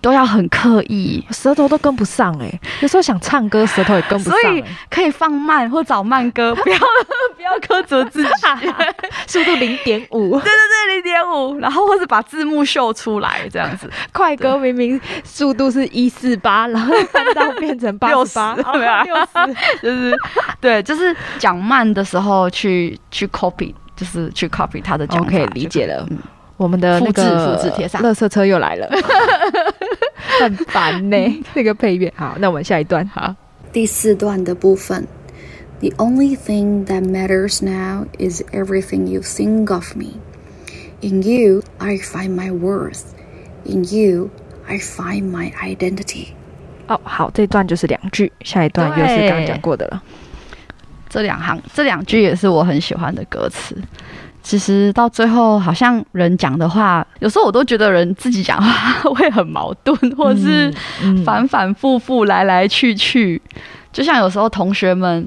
Speaker 2: 都要很刻意。
Speaker 1: 我舌头都跟不上哎，有时候想唱歌，舌头也跟不上
Speaker 2: 所以
Speaker 1: 欸，
Speaker 2: 可以放慢或找慢歌，不要不要苛责 自己。
Speaker 1: 速度零点五。
Speaker 2: 对对对，零点五，然后或是把字幕秀出来 这样子。
Speaker 1: 快歌明明速度是一四八，然后翻到变成八十八，哦
Speaker 2: 60对啊
Speaker 1: 六十。
Speaker 2: 就是对，就是讲慢的时候去去 copy，就是去 copy 他的讲法。
Speaker 1: OK，理哦解了
Speaker 2: 嗯
Speaker 1: 我们的那个
Speaker 2: 复制复制贴上
Speaker 1: 垃圾车又来 了，很烦呢、 那个配乐。好，那我们下一段。好，
Speaker 3: 第四段的部分。The only thing that matters now is everything you think of me. In you, I find my worth. In you, I find my identity.
Speaker 1: 哦，好，这段就是两句，下一段又是刚刚讲过的了。
Speaker 2: 这两行这两句也是我很喜欢的歌词。其实到最后，好像人讲的话，有时候我都觉得人自己讲话会很矛盾， 或是
Speaker 1: 嗯
Speaker 2: 反反复复、来来去去。就像有时候同学们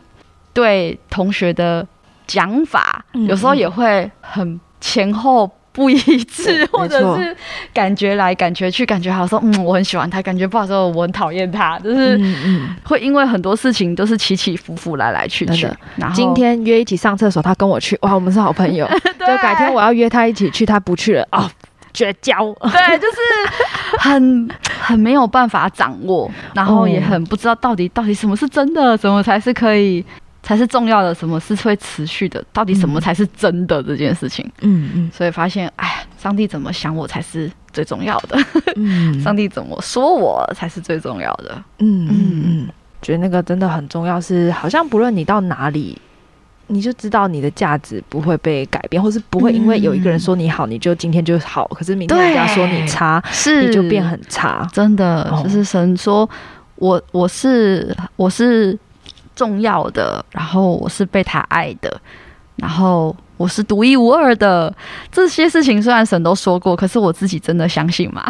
Speaker 2: 对同学的讲法，
Speaker 1: 嗯
Speaker 2: 有时候也会很前后不一致，
Speaker 1: 对
Speaker 2: 或
Speaker 1: 没错
Speaker 2: 者是感觉来感觉去，感觉好说，嗯，我很喜欢他，感觉不好说，我很讨厌他，就是
Speaker 1: 嗯
Speaker 2: 会因为很多事情都是起起伏伏、来来去去
Speaker 1: 真的。嗯，
Speaker 2: 然后
Speaker 1: 今天约一起上厕所，他跟我去，哇，我们是好朋 友。就改天我要约他一起去，他不去了，哦，绝交。
Speaker 2: 对，就是 很很没有办法掌握，然后也很不知道到底到底什么是真的，什么才是可以才是重要的，什么是会持续的，到底什么才是真的这件事情。
Speaker 1: 嗯嗯
Speaker 2: 所以发现，哎，上帝怎么想我才是最重要的，
Speaker 1: 嗯
Speaker 2: 上帝怎么说我才是最重要的。
Speaker 1: 嗯嗯嗯，觉得那个真的很重要是，好像不论你到哪里，你就知道你的价值不会被改变，或是不会因为有一个人说你好，你就今天就好，可是明天
Speaker 2: 对
Speaker 1: 人家说你差，
Speaker 2: 是
Speaker 1: 你就变很差。
Speaker 2: 真的
Speaker 1: 哦，
Speaker 2: 就是神说，我我是我是重要的，然后我是被他爱的，然后我是独一无二的。这些事情虽然神都说过，可是我自己真的相信吗？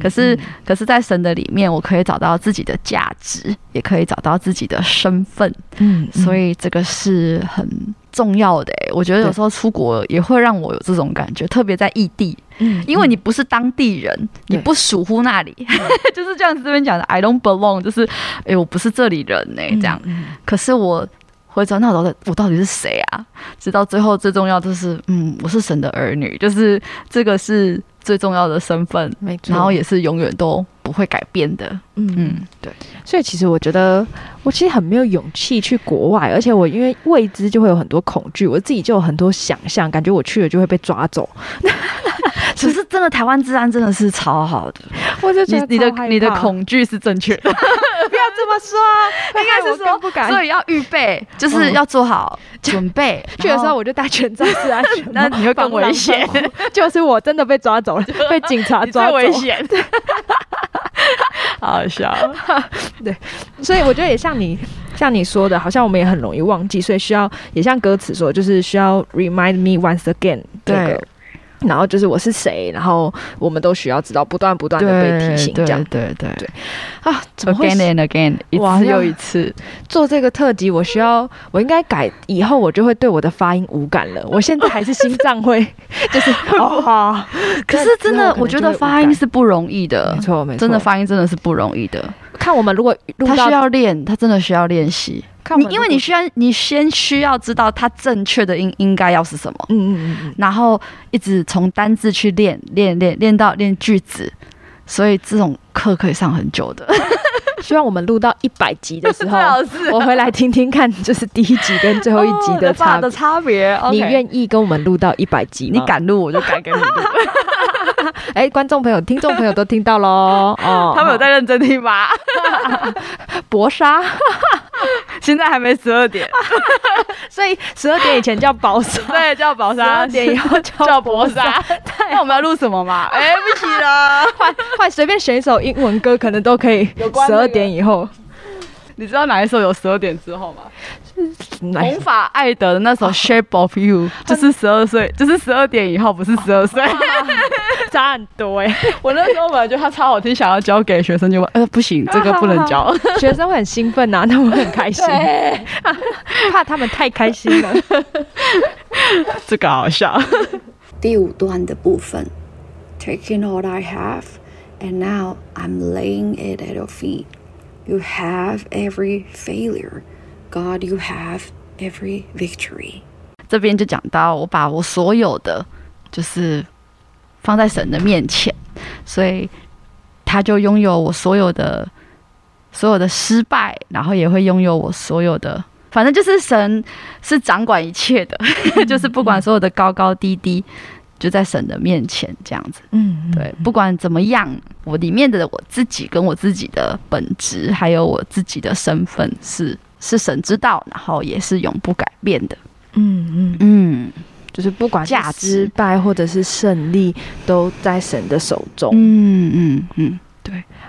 Speaker 2: 可是， 可是在神的里面，我可以找到自己的价值，也可以找到自己的身份，
Speaker 1: 嗯，
Speaker 2: 所
Speaker 1: 以
Speaker 2: 以这个是很重要的欸、我觉得有时候出国也会让我有这种感觉，特别在异地，
Speaker 1: 嗯
Speaker 2: 因为你不是当地人，
Speaker 1: 对
Speaker 2: 你不属乎那里， 就是这样子这边讲的，I don't belong，就是哎、诶我不是这里人呢、这样。
Speaker 1: 嗯
Speaker 2: 可是我回转到我到底我到底是谁啊？直到最后最重要就是，嗯，我是神的儿女，就是这个是最重要的身份，
Speaker 1: 没错，
Speaker 2: 然后也是永远都不会改变的。
Speaker 1: 嗯嗯，
Speaker 2: 嗯，对，
Speaker 1: 所以其实我觉得我其实很没有勇气去国外，而且我因为未知就会有很多恐惧，我自己就有很多想象，感觉我去了就会被抓走，
Speaker 2: 只是真的台湾治安真的是超好的，
Speaker 1: 我就
Speaker 2: 你
Speaker 1: 觉得
Speaker 2: 你的
Speaker 1: 超害
Speaker 2: 你的
Speaker 1: 怕
Speaker 2: 恐惧是正确的。
Speaker 1: 不要这么说啊，应
Speaker 2: 应该 是说
Speaker 1: 不敢。
Speaker 2: 所以要预备，就是要做好准备。
Speaker 1: 去的时
Speaker 2: 然
Speaker 1: 候
Speaker 2: 后，
Speaker 1: 我就戴全罩式安全帽
Speaker 2: 那你会更危险
Speaker 1: 防狼防虎。 就是我真的被抓走 了，被警察
Speaker 2: 你最
Speaker 1: 抓走。
Speaker 2: 危险，啊好好笑。
Speaker 1: 所以我觉得也像你像你说的，好像我们也很容易忘记，所以需要也像歌词说，就是需要 remind me once again 这
Speaker 2: 对
Speaker 1: 个。然后就是我是谁，然后我们都需要知道，不断不断的被提醒，这样
Speaker 2: 对对
Speaker 1: 对啊，怎么会
Speaker 2: Again and again，一
Speaker 1: 哇
Speaker 2: 次又一次，
Speaker 1: 做这个特辑？我需要，我应该改，以后我就会对我的发音无感了。我现在还是心脏会， 就是 哦，好
Speaker 2: 可是真的，我觉得发音是不容易的
Speaker 1: 没，错，没错，
Speaker 2: 真的发音真的是不容易的。
Speaker 1: 看我们如果录
Speaker 2: 他
Speaker 1: 到
Speaker 2: 需要练，他真的需要练习。
Speaker 1: 看我
Speaker 2: 你
Speaker 1: 们
Speaker 2: 因为
Speaker 1: 如果
Speaker 2: 你需要，你先需要知道他正确的应应该要是什么，
Speaker 1: 嗯嗯嗯
Speaker 2: 然后一直从单字去练，练练练到练句子。所以这种课可以上很久的，
Speaker 1: 嗯， 希望我们录到一百集 的时候
Speaker 2: 最好是，
Speaker 1: 我回来听听看，就是第一集跟最后一 集的差
Speaker 2: 差
Speaker 1: 别。
Speaker 2: 哦的差别。
Speaker 1: 你
Speaker 2: OK
Speaker 1: 愿意跟我们录到一百集
Speaker 2: 你
Speaker 1: 吗？
Speaker 2: 敢录，我就敢给你录。
Speaker 1: 哎，观众朋友、听众朋友都听 到喽。哦，
Speaker 2: 他们有在认真听 吗？
Speaker 1: 搏杀，
Speaker 2: 现在还没十二点，
Speaker 1: 所以十二点以前叫搏 杀，
Speaker 2: 对，叫宝
Speaker 1: 十二
Speaker 2: 沙，
Speaker 1: 点以后叫
Speaker 2: 叫博 沙。那我们要录什么嘛？哎，不起了。
Speaker 1: 换换随便选一首英文歌，可能都可以
Speaker 2: 有关。
Speaker 1: 十
Speaker 2: 那
Speaker 1: 二
Speaker 2: 个
Speaker 1: 点以后，
Speaker 2: 你知道哪一首有十二点之后吗？
Speaker 1: 来
Speaker 2: 红发艾德的那首《Shape of You》，就是十二岁，就是十二点以后，不是十 二岁。
Speaker 1: 差很多哎、
Speaker 2: 我那时候本来觉得它超好听，想要教给学生，就问，呃，不行，这个不能教。
Speaker 1: 学生会很兴奋呐、啊，他们会很开心， 怕他们太开心 了。
Speaker 2: 这个好笑。
Speaker 3: 第五段的部分。Taking all I have, and now I'm laying it at your feet. You have every failure. God, you have every victory.
Speaker 2: 这边就讲到，我把我所有的就是放在神的面前，所以他就拥有我所有的所有的失败，然后也会拥有我所有的，反正就是神是掌管一切的， 就是不管所有的高高低低。就在神的面前这样子，
Speaker 1: 嗯，
Speaker 2: 对，不管怎么样，我里面的我自己跟我自己的本质，还有我自己的身份是是神知道，然后也是永不改变的，
Speaker 1: 嗯嗯，
Speaker 2: 嗯。
Speaker 1: 就是不管是
Speaker 2: 价值
Speaker 1: 失败或者是胜利，都在神的手中。
Speaker 2: 嗯嗯嗯，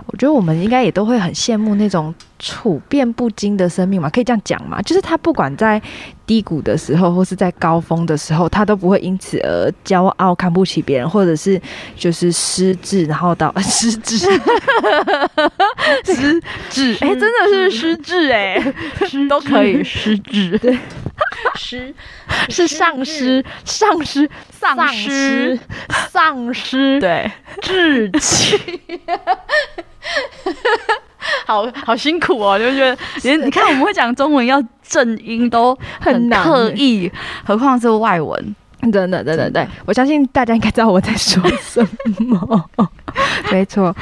Speaker 1: 我觉得我们应该也都会很羡慕那种处变不惊的生命嘛，可以这样讲嘛？就是他不管在低谷的时候，或是在高峰的时候，他都不会因此而骄傲、看不起别人，或者是就是失智，然后到 失智，
Speaker 2: 失智，哎、真的是失智哎、都可以失智，对，失
Speaker 1: 是丧失、丧失、
Speaker 2: 丧
Speaker 1: 失
Speaker 2: 失、
Speaker 1: 丧失
Speaker 2: 对，
Speaker 1: 志气。
Speaker 2: 好好辛苦哦，就觉得连你看我们会讲中文要正音都
Speaker 1: 很难
Speaker 2: 刻
Speaker 1: 耶
Speaker 2: 意，何况是外文，
Speaker 1: 真的，真的，对，我相信大家应该知道我在说什 么。没错，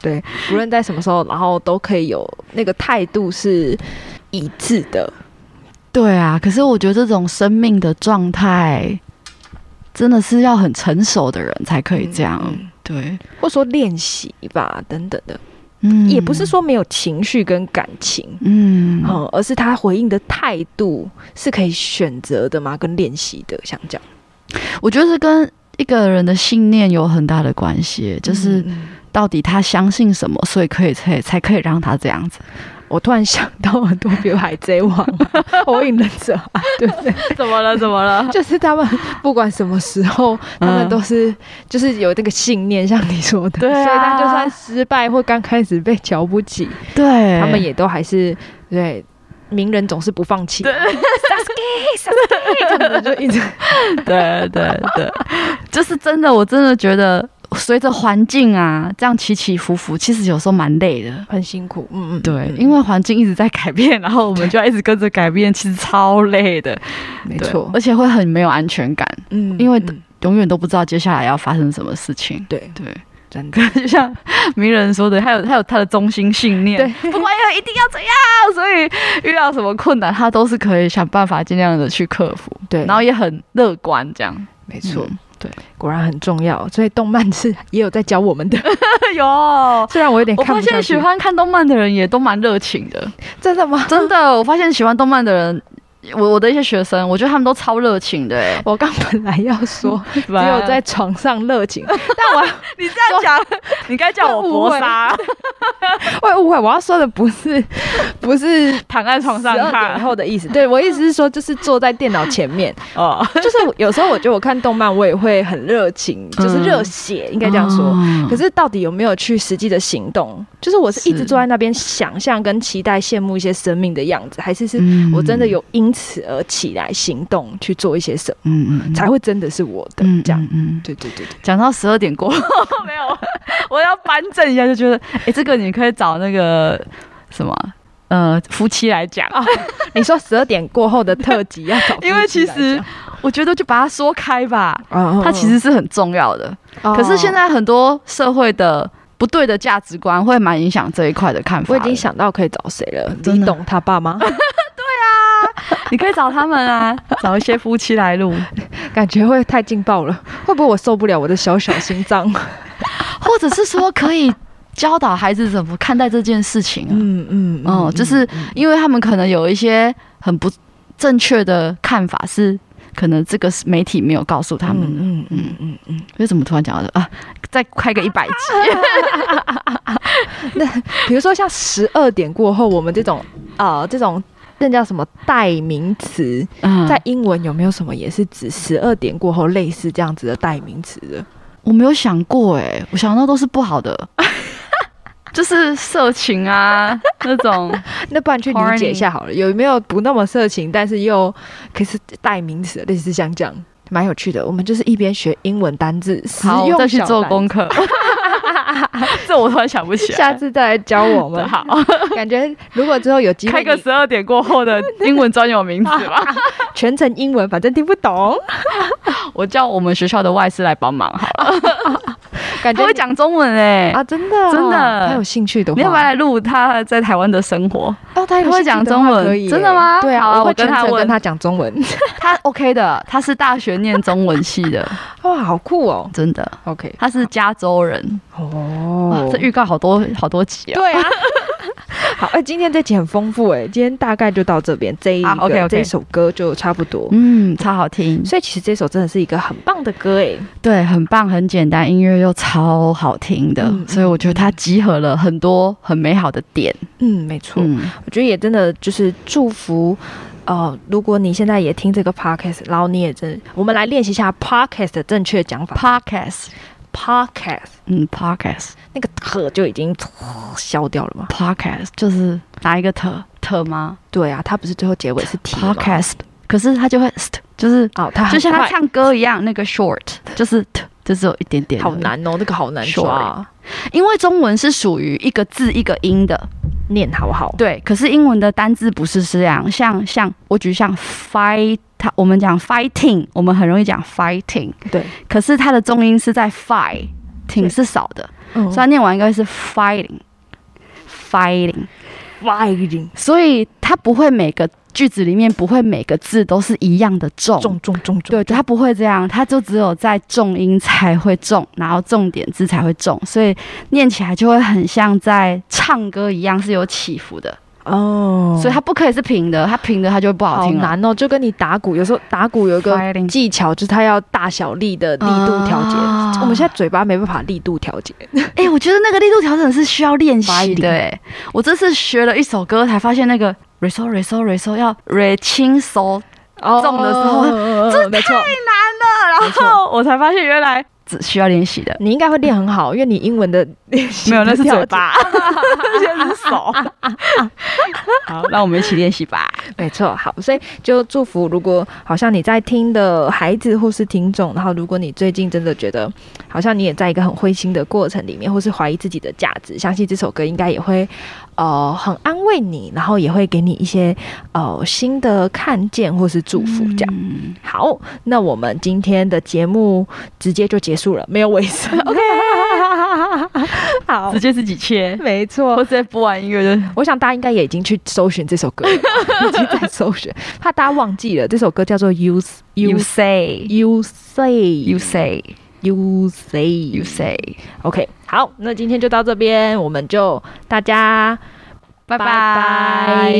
Speaker 1: 对，无论在什么时候，然后都可以有那个态度是一致的。
Speaker 2: 对啊，可是我觉得这种生命的状态真的是要很成熟的人才可以这样，对，
Speaker 1: 嗯或说练习吧，等等的，
Speaker 2: 嗯
Speaker 1: 也不是，说没有情绪跟感情，
Speaker 2: 嗯，
Speaker 1: 嗯，而是他回应的态度是可以选择的嘛，跟练习的相较，
Speaker 2: 我觉得是跟一个人的信念有很大的关系，就是
Speaker 1: 嗯
Speaker 2: 到底他相信什么，所以可以才才可以让他这样子。
Speaker 1: 我突然想到很多，比如海贼王、 啊、火影忍者、啊，对不对？
Speaker 2: 怎么了？怎么了？
Speaker 1: 就是他们不管什么时候，他们都是就是有这个信念，像你说的，
Speaker 2: 对啊
Speaker 1: 所以他就算失败或刚开始被瞧不起，
Speaker 2: 对，
Speaker 1: 他们也都还是对名人总是不放弃，对啊 就一直
Speaker 2: 对对 对，就是真的，我真的觉得随着环境啊，这样起起伏伏，其实有时候蛮累的。
Speaker 1: 很辛苦，嗯嗯，
Speaker 2: 对，因为环境一直在改变，然后我们就要一直跟着改变，其实超累的。
Speaker 1: 没
Speaker 2: 对
Speaker 1: 错，
Speaker 2: 而且会很没有安全感，
Speaker 1: 嗯
Speaker 2: 因为
Speaker 1: 嗯
Speaker 2: 永远都不知道接下来要发生什么事 情。
Speaker 1: 对
Speaker 2: 对。
Speaker 1: 真的。
Speaker 2: 就像名人说的，他有他有他的中心信念，
Speaker 1: 对
Speaker 2: 不管要一定要怎样，所以遇到什么困难，他都是可以想办法尽量的去克服，
Speaker 1: 对
Speaker 2: 然后也很乐观，这样
Speaker 1: 没错，
Speaker 2: 嗯对，
Speaker 1: 果然很重要。所以动漫是也有在教我们 的，
Speaker 2: 有。
Speaker 1: 虽 然我有点
Speaker 2: 我
Speaker 1: 看
Speaker 2: 发
Speaker 1: 不下
Speaker 2: 现
Speaker 1: 去
Speaker 2: 喜。欢看动漫的人也都蛮热 情的，
Speaker 1: 真的吗？
Speaker 2: 真的。我发现喜欢动漫的人，我我的一些学生，我觉得他们都超热 情的、欸。
Speaker 1: 我刚本来要 说
Speaker 2: 只
Speaker 1: 只有在床上热情，但我
Speaker 2: 你这样讲， 你该叫我搏杀，
Speaker 1: 我 误会，我要说的不是不 是
Speaker 2: 躺在床上
Speaker 1: 十二点
Speaker 2: 看。
Speaker 1: 后的意思。对我意思是说，就是坐在电脑前面，
Speaker 2: 哦，
Speaker 1: 就是有时候我觉得我看动漫，我也会很热情，就是热血，应该这样说。
Speaker 2: 嗯
Speaker 1: 可是到底有没有去实际的行动？就是我是一直
Speaker 2: 是
Speaker 1: 坐在那边想象跟期待、羡慕一些生命的样子，还是是
Speaker 2: 嗯
Speaker 1: 我真的有因此而起来行动去做一些什么，
Speaker 2: 嗯嗯嗯
Speaker 1: 才会真的是我的
Speaker 2: 嗯
Speaker 1: 这样？
Speaker 2: 嗯嗯
Speaker 1: 对对对对，
Speaker 2: 讲到十二点过 后，没有，我要扳正一下，就觉得，哎、这个你可以找那个什么，呃，夫妻来讲，
Speaker 1: 啊，你说十二点过后的特辑要找夫妻
Speaker 2: 因为其
Speaker 1: 来
Speaker 2: 实
Speaker 1: 讲，
Speaker 2: 我觉得就把它说开吧，
Speaker 1: 啊嗯哦
Speaker 2: 它其实是很重要的。可是现，在很多社会的不对的价值观，会蛮影响这一块的看法
Speaker 1: 我已
Speaker 2: 的。
Speaker 1: 经想到可以找谁了，
Speaker 2: 真
Speaker 1: 李
Speaker 2: 的
Speaker 1: 董他 爸吗？
Speaker 2: 你可以找他们啊，找一些夫妻来 录，
Speaker 1: 感觉会太劲爆了，会不会我受不了我的小小心脏？
Speaker 2: 或者是说可以教导孩子怎么看待这件事情啊、
Speaker 1: 嗯嗯
Speaker 2: 哦，就是因为他们可能有一些很不正确的看法，是可能这个媒体没有告诉他们的。
Speaker 1: 嗯嗯嗯嗯，
Speaker 2: 为什么突然讲到这啊？再开个一 百集，
Speaker 1: 比如说像十二点过后，我们这种呃这种那叫什么代名词，
Speaker 2: 嗯，
Speaker 1: 在英文有没有什么也是指十二点过后类似这样子的代名词的？
Speaker 2: 我没有想过哎、我想到都是不好的， 就是色情 啊那种。
Speaker 1: 那不然去理解一下好了，有没有不那么色情，但是又可以是代名词的，类似像这样，蛮有趣的。我们就是一边学英文单字，实
Speaker 2: 好，我
Speaker 1: 用
Speaker 2: 再去
Speaker 1: 小
Speaker 2: 做
Speaker 1: 单
Speaker 2: 功课。 这我突然想不 起来。
Speaker 1: 下次再来教我们。
Speaker 2: 好，
Speaker 1: 感觉如果之后有机会，
Speaker 2: 开个十二点过后 的英文专有名词 吧。
Speaker 1: 全程英文，反正听不懂，
Speaker 2: 哎我叫我们学校的外师来帮忙好了。
Speaker 1: 感觉
Speaker 2: 他会讲中文哎、
Speaker 1: 啊，真的哦
Speaker 2: 真的
Speaker 1: 他有兴趣的话，
Speaker 2: 你要不要来录他在台湾的生活？
Speaker 1: 哦，他有
Speaker 2: 他会
Speaker 1: 兴趣
Speaker 2: 讲
Speaker 1: 的
Speaker 2: 中
Speaker 1: 话
Speaker 2: 文
Speaker 1: 可以耶
Speaker 2: 真的吗
Speaker 1: 对
Speaker 2: 好
Speaker 1: 啊，
Speaker 2: 啊
Speaker 1: 我会
Speaker 2: 我跟
Speaker 1: 全
Speaker 2: 他
Speaker 1: 程
Speaker 2: 问
Speaker 1: 跟他讲中文，
Speaker 2: 他 OK 的，他是大学念中文系的，
Speaker 1: 哇，好酷哦。
Speaker 2: 真的，
Speaker 1: OK，
Speaker 2: 他是加州人。哇
Speaker 1: 哦，
Speaker 2: 这预告好多好多集啊！
Speaker 1: 对 啊。好，哎，今天这集很丰富哎，今天大概就到这边，这一
Speaker 2: 啊
Speaker 1: 个
Speaker 2: ，OK，OK
Speaker 1: 这一首歌就差不多。
Speaker 2: 嗯，超好听，
Speaker 1: 所以其实这首真的是一个很棒的歌哎，
Speaker 2: 对，很棒，很简单，音乐又超好听的，
Speaker 1: 嗯
Speaker 2: 所以我觉得它集合了很多很美好的点。
Speaker 1: 嗯，没错，
Speaker 2: 嗯，
Speaker 1: 我觉得也真的就是祝福。呃，如果你现在也听这个 podcast，然后你也真，我们来练习一下 podcast 的正确讲法。
Speaker 2: podcast，
Speaker 1: podcast
Speaker 2: 嗯，podcast，podcast
Speaker 1: 那个特就已经消掉了嘛？
Speaker 2: 就是哪一个特特吗
Speaker 1: 对啊，它不是最后结尾是 t 吗？
Speaker 2: ？podcast，可是它就会 st，就是
Speaker 1: 哦，它很
Speaker 2: 就像他
Speaker 1: 快
Speaker 2: 唱歌一样，那个 short 就是 t，就只有一点点，
Speaker 1: 好，难哦，那个好难抓啊，
Speaker 2: 因为中文是属于一个字一个音的，
Speaker 1: 念好不好？
Speaker 2: 对。可是英文的单字不是这样，像像我举像 fight，它我们讲 fighting，我们很容易讲 fighting，
Speaker 1: 对，
Speaker 2: 可是它的重音是在 fight，挺是少的，
Speaker 1: 嗯
Speaker 2: 所以它念完应该是 fighting。fighting，
Speaker 1: fighting
Speaker 2: 所以它不会每个句子里面不会每个字都是一样的重，
Speaker 1: 重重重重，
Speaker 2: 对，它不会这样，它就只有在重音才会重，然后重点字才会重，所以念起来就会很像在唱歌一样，是有起伏的。
Speaker 1: 哦，
Speaker 2: 所以它不可以是平的，它平的它就会不好
Speaker 1: 好
Speaker 2: 听了。
Speaker 1: 难哦，就跟你打鼓，有时候打鼓有一个
Speaker 2: Fighting
Speaker 1: 技巧，就是它要大小力的力度调节。
Speaker 2: 啊
Speaker 1: 我们现在嘴巴没办法力度调节，
Speaker 2: 哎、我觉得那个力度调整是需要练习
Speaker 1: Fighting
Speaker 2: 的、欸。我这次学了一首歌，才发现那个 re so re so re so 要 re 轻手
Speaker 1: 哦
Speaker 2: 重的时候
Speaker 1: 这没错，
Speaker 2: 了，然后 我才发现原来只需要练习的，
Speaker 1: 你应该会练很好，因为你英文的
Speaker 2: 没有那是
Speaker 1: 调
Speaker 2: 嘴
Speaker 1: 节
Speaker 2: 巴， 那是手。 好，让我们一起练习吧。
Speaker 1: 没错，好，所以就祝福，如果好像你在听的孩子或是听众，然后如果你最近真的觉得好像你也在一个很灰心的过程里面，或是怀疑自己的价值，相信这首歌应该也会呃很安慰你，然后也会给你一些呃新的看见或是祝福这样。好，那我们今天的节目直接就结束了，没有尾声。OK，好
Speaker 2: 直，接自己切，
Speaker 1: 没错
Speaker 2: 或，者播完音乐就
Speaker 1: 我想大家应该也已经去搜寻这首歌了吧，已经在搜寻，怕大家忘记了这首歌叫做 You You
Speaker 2: say
Speaker 1: You Say
Speaker 2: you say
Speaker 1: You Say
Speaker 2: you say，
Speaker 1: OK，好，那今天就到这边，我们就大家
Speaker 2: 拜
Speaker 1: 拜拜